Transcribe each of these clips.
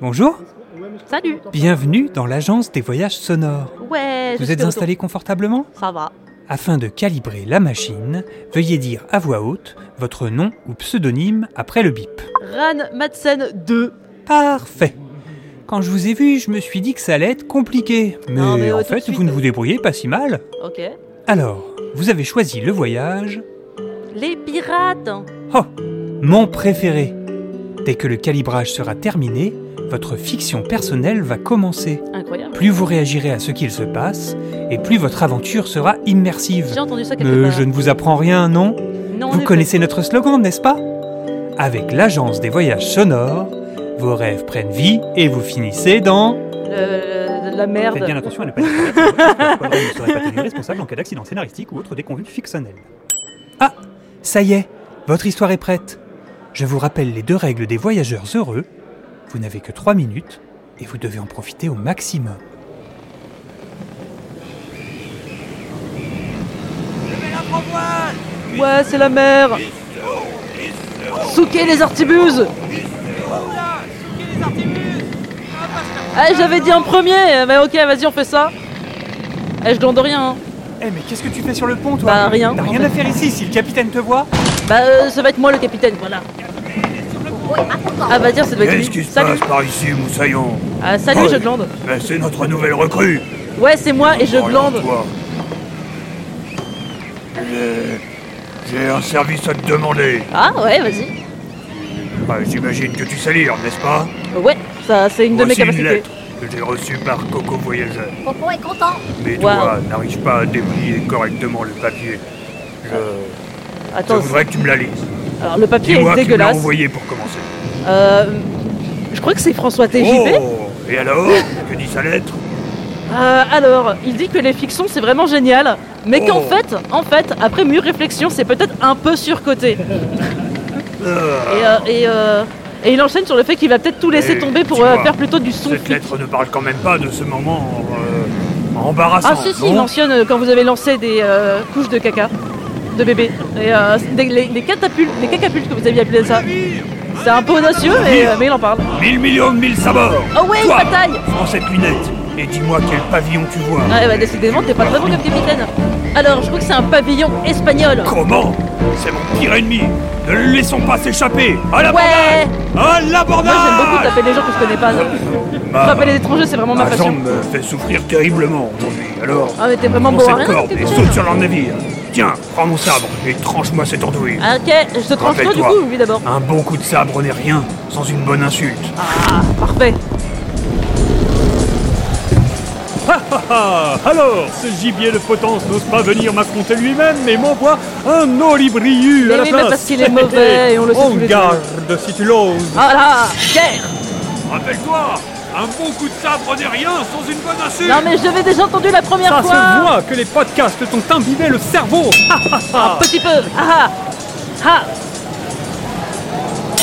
Bonjour, Salut bienvenue dans l'agence des voyages sonores. Ouais, je Vous êtes suis installé confortablement retour. Ça va. Afin de calibrer la machine, veuillez dire à voix haute votre nom ou pseudonyme après le bip. Ran Madsen 2. Parfait. Quand je vous ai vu, je me suis dit que ça allait être compliqué. Mais, Non, mais, en euh, tout de fait, suite, vous ne euh. vous débrouillez pas si mal. Ok. Alors, vous avez choisi le voyage, Oh, Les pirates. mon préféré. Dès que le calibrage sera terminé, votre fiction personnelle va commencer. Incroyable. Plus vous réagirez à ce qu'il se passe, et plus votre aventure sera immersive. J'ai entendu ça quelque Mais part. je ne vous apprends rien, non Non, en Vous effet. connaissez notre slogan, n'est-ce pas Avec l'agence des voyages sonores, vos rêves prennent vie et vous finissez dans... Le- le- la merde. Faites bien attention à ne pas dire que votre quadrille ne serait pas tenu responsable en cas d'accident scénaristique ou autre déconvenue fictionnelle. Ah, ça y est, votre histoire est prête. Je vous rappelle les deux règles des voyageurs heureux. Vous n'avez que trois minutes et vous devez en profiter au maximum. Ouais, c'est la mer. Souquez les artibuses. Ah, j'avais dit en premier. Eh, Mais ok, vas-y, on fait ça. Eh, je glande rien. hein. Eh mais qu'est-ce que tu fais sur le pont, toi Bah, rien, T'as en rien fait. à faire ici, si le capitaine te voit Bah, euh, ça va être moi le capitaine, voilà. Ah, bah dire, ça doit être Qu'est-ce lui. qui se Salut. passe par ici, Moussaillon Ah, salut, Ouais. je glande. Ben, C'est notre nouvelle recrue Ouais, c'est moi et je glande. Allons, toi. J'ai- J'ai un service à te demander. Ah, ouais, vas-y. Ah, J'imagine que tu sais lire, n'est-ce pas Ouais, ça c'est une de mes Voici une capacités. lettre que j'ai reçue par Coco Voyageur. Popo est content. Mais Wow. toi, n'arrive pas à déplier correctement le papier. Je, je Attends, voudrais que tu me la lises. alors le papier est Dis-moi qui me l'a dégueulasse. envoyé pour commencer. Euh, je crois que c'est François TJP. Oh Et alors Que dit sa lettre Euh, alors, il dit que les fictions c'est vraiment génial, mais qu'en Oh. fait, en fait, après mûre réflexion, c'est peut-être un peu surcoté. Ah, Et, euh, et, euh, et il enchaîne sur le fait qu'il va peut-être tout laisser Et tomber pour tu euh, vois, faire plutôt du son Eh, Cette flic. lettre ne parle quand même pas de ce moment euh, embarrassant. Ah si si, il non mentionne euh, quand vous avez lancé des euh, couches de caca, de bébé, et euh, des- les, les catapultes, les cacapultes que vous aviez appelé ça. C'est un peu audacieux, mais, euh, mais il en parle. 1000 millions de mille sabords Oh ouais, une Toi, bataille Prends cette lunette et dis-moi quel pavillon tu vois. Ouais, bah décidément, t'es pas très bon comme capitaine. Alors, je crois que c'est un pavillon espagnol. Comment C'est mon pire ennemi Ne le laissons pas s'échapper À la Ouais. À la Moi, j'aime beaucoup taper les gens que je connais pas. Taper les étrangers, c'est vraiment ma Ma passion. jambe me fait souffrir terriblement aujourd'hui, alors... Ah, mais t'es vraiment prends bon à rien, cette corde et capitaine. saute sur leur navire Tiens, prends mon sabre et tranche-moi cette andouille Ah, ok, je te tranche toi du Rappelle-toi. coup, lui d'abord. Un bon coup de sabre n'est rien sans une bonne insulte. Ah, parfait. Ah, alors, ce gibier de potence n'ose pas venir m'affronter lui-même, mais m'envoie un olibriu Mais à la oui, mais place. parce qu'il est mauvais et on le sait tous les deux. garde si tu l'oses. Ah là, guerre Rappelle-toi, un bon coup de sabre n'est rien sans une bonne insulte. Non, mais je l'avais déjà entendu la première Ça fois. se voit que les podcasts t'ont imbibé le cerveau. Ah, ah, ah. Petit peu. Ah, ah. Ah.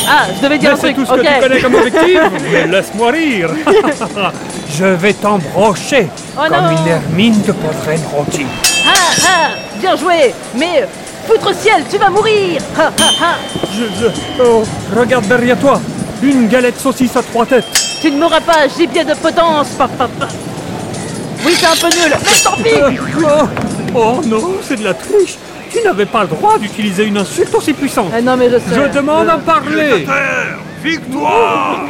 Ah, je devais dire Mais un c'est truc. tout ce ok. que tu connais comme objectif. mais laisse-moi rire. Je vais t'embrocher Oh comme non. une hermine de poitrine rôtie. Ah, ah, bien joué. Mais euh, foutre au ciel, tu vas mourir. Ah, ah, ah. Je, je- oh, regarde derrière toi, une galette saucisse à trois têtes. Tu ne m'auras pas gibier de potence, papa. Oui, c'est un peu nul, mais tant Euh, pis oh, oh non, c'est de la triche. Tu n'avais pas le droit d'utiliser une insulte aussi puissante. Ah non, mais je sais. Je demande à parler. Victoire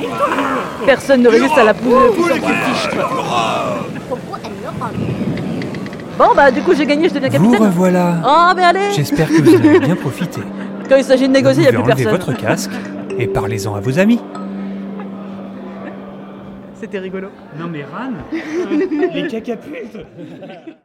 Personne ne résiste à la pousse Oh, Popo aime l'orange. Bon, bah, du coup, j'ai gagné, je deviens Vous capitaine. revoilà. Oh, mais allez J'espère que vous en avez bien profité. Quand il s'agit de négocier, il vous n'y pouvez a plus enlever personne. votre casque et parlez-en à vos amis. C'était rigolo. Non mais Ran, les cacapultes.